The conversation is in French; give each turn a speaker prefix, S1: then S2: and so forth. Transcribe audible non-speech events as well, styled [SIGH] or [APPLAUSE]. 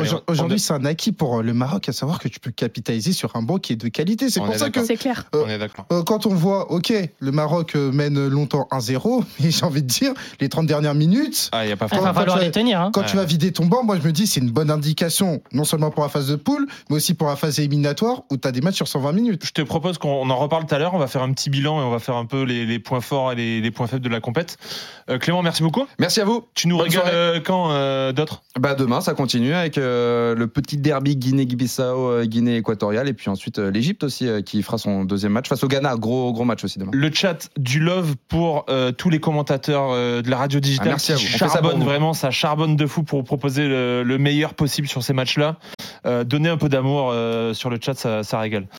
S1: Aujourd'hui,
S2: Aujourd'hui,
S1: c'est un acquis pour euh, le Maroc, à savoir que tu peux capitaliser sur un banc qui est de qualité. C'est
S2: On
S1: pour
S2: est
S1: ça que
S2: d'accord.
S3: C'est clair.
S2: on est d'accord.
S1: euh, quand on voit, ok, le Maroc euh, mène longtemps 1-0, [LAUGHS] mais j'ai envie de dire, les 30 dernières minutes,
S2: Ah, il n'y a pas
S4: Il
S1: Quand-
S4: va
S1: quand
S4: falloir
S1: tu as-
S4: les tenir. hein.
S1: quand
S2: Ouais.
S1: tu vas vider ton banc, moi je me dis, c'est une bonne indication, non seulement pour la phase de poule, mais aussi pour la phase éliminatoire où tu as des matchs sur 120 minutes.
S2: Je te propose qu'on on en reparle tout à l'heure. On va faire un petit bilan et on va faire un peu les, les points forts et les, les points faibles de la compète. Euh, Clément, merci beaucoup.
S5: Merci à vous.
S2: Tu nous
S5: Bonne
S2: régales
S5: soirée.
S2: euh, quand euh, d'autres
S5: Bah demain, ça continue avec euh, le petit derby Guinée-Bissau, euh, Guinée équatoriale, et puis ensuite euh, l'Égypte aussi euh, qui fera son deuxième match face au Ghana. Gros gros match aussi demain.
S2: Le chat du love pour euh, tous les commentateurs euh, de la radio digitale.
S5: Ah, merci à
S2: qui
S5: vous. On fait ça pour
S2: Charbonne
S5: vous.
S2: vraiment, ça charbonne de fou pour vous proposer le, le meilleur possible sur ces matchs-là. Euh, donnez un peu d'amour euh, sur le chat, ça, ça régale.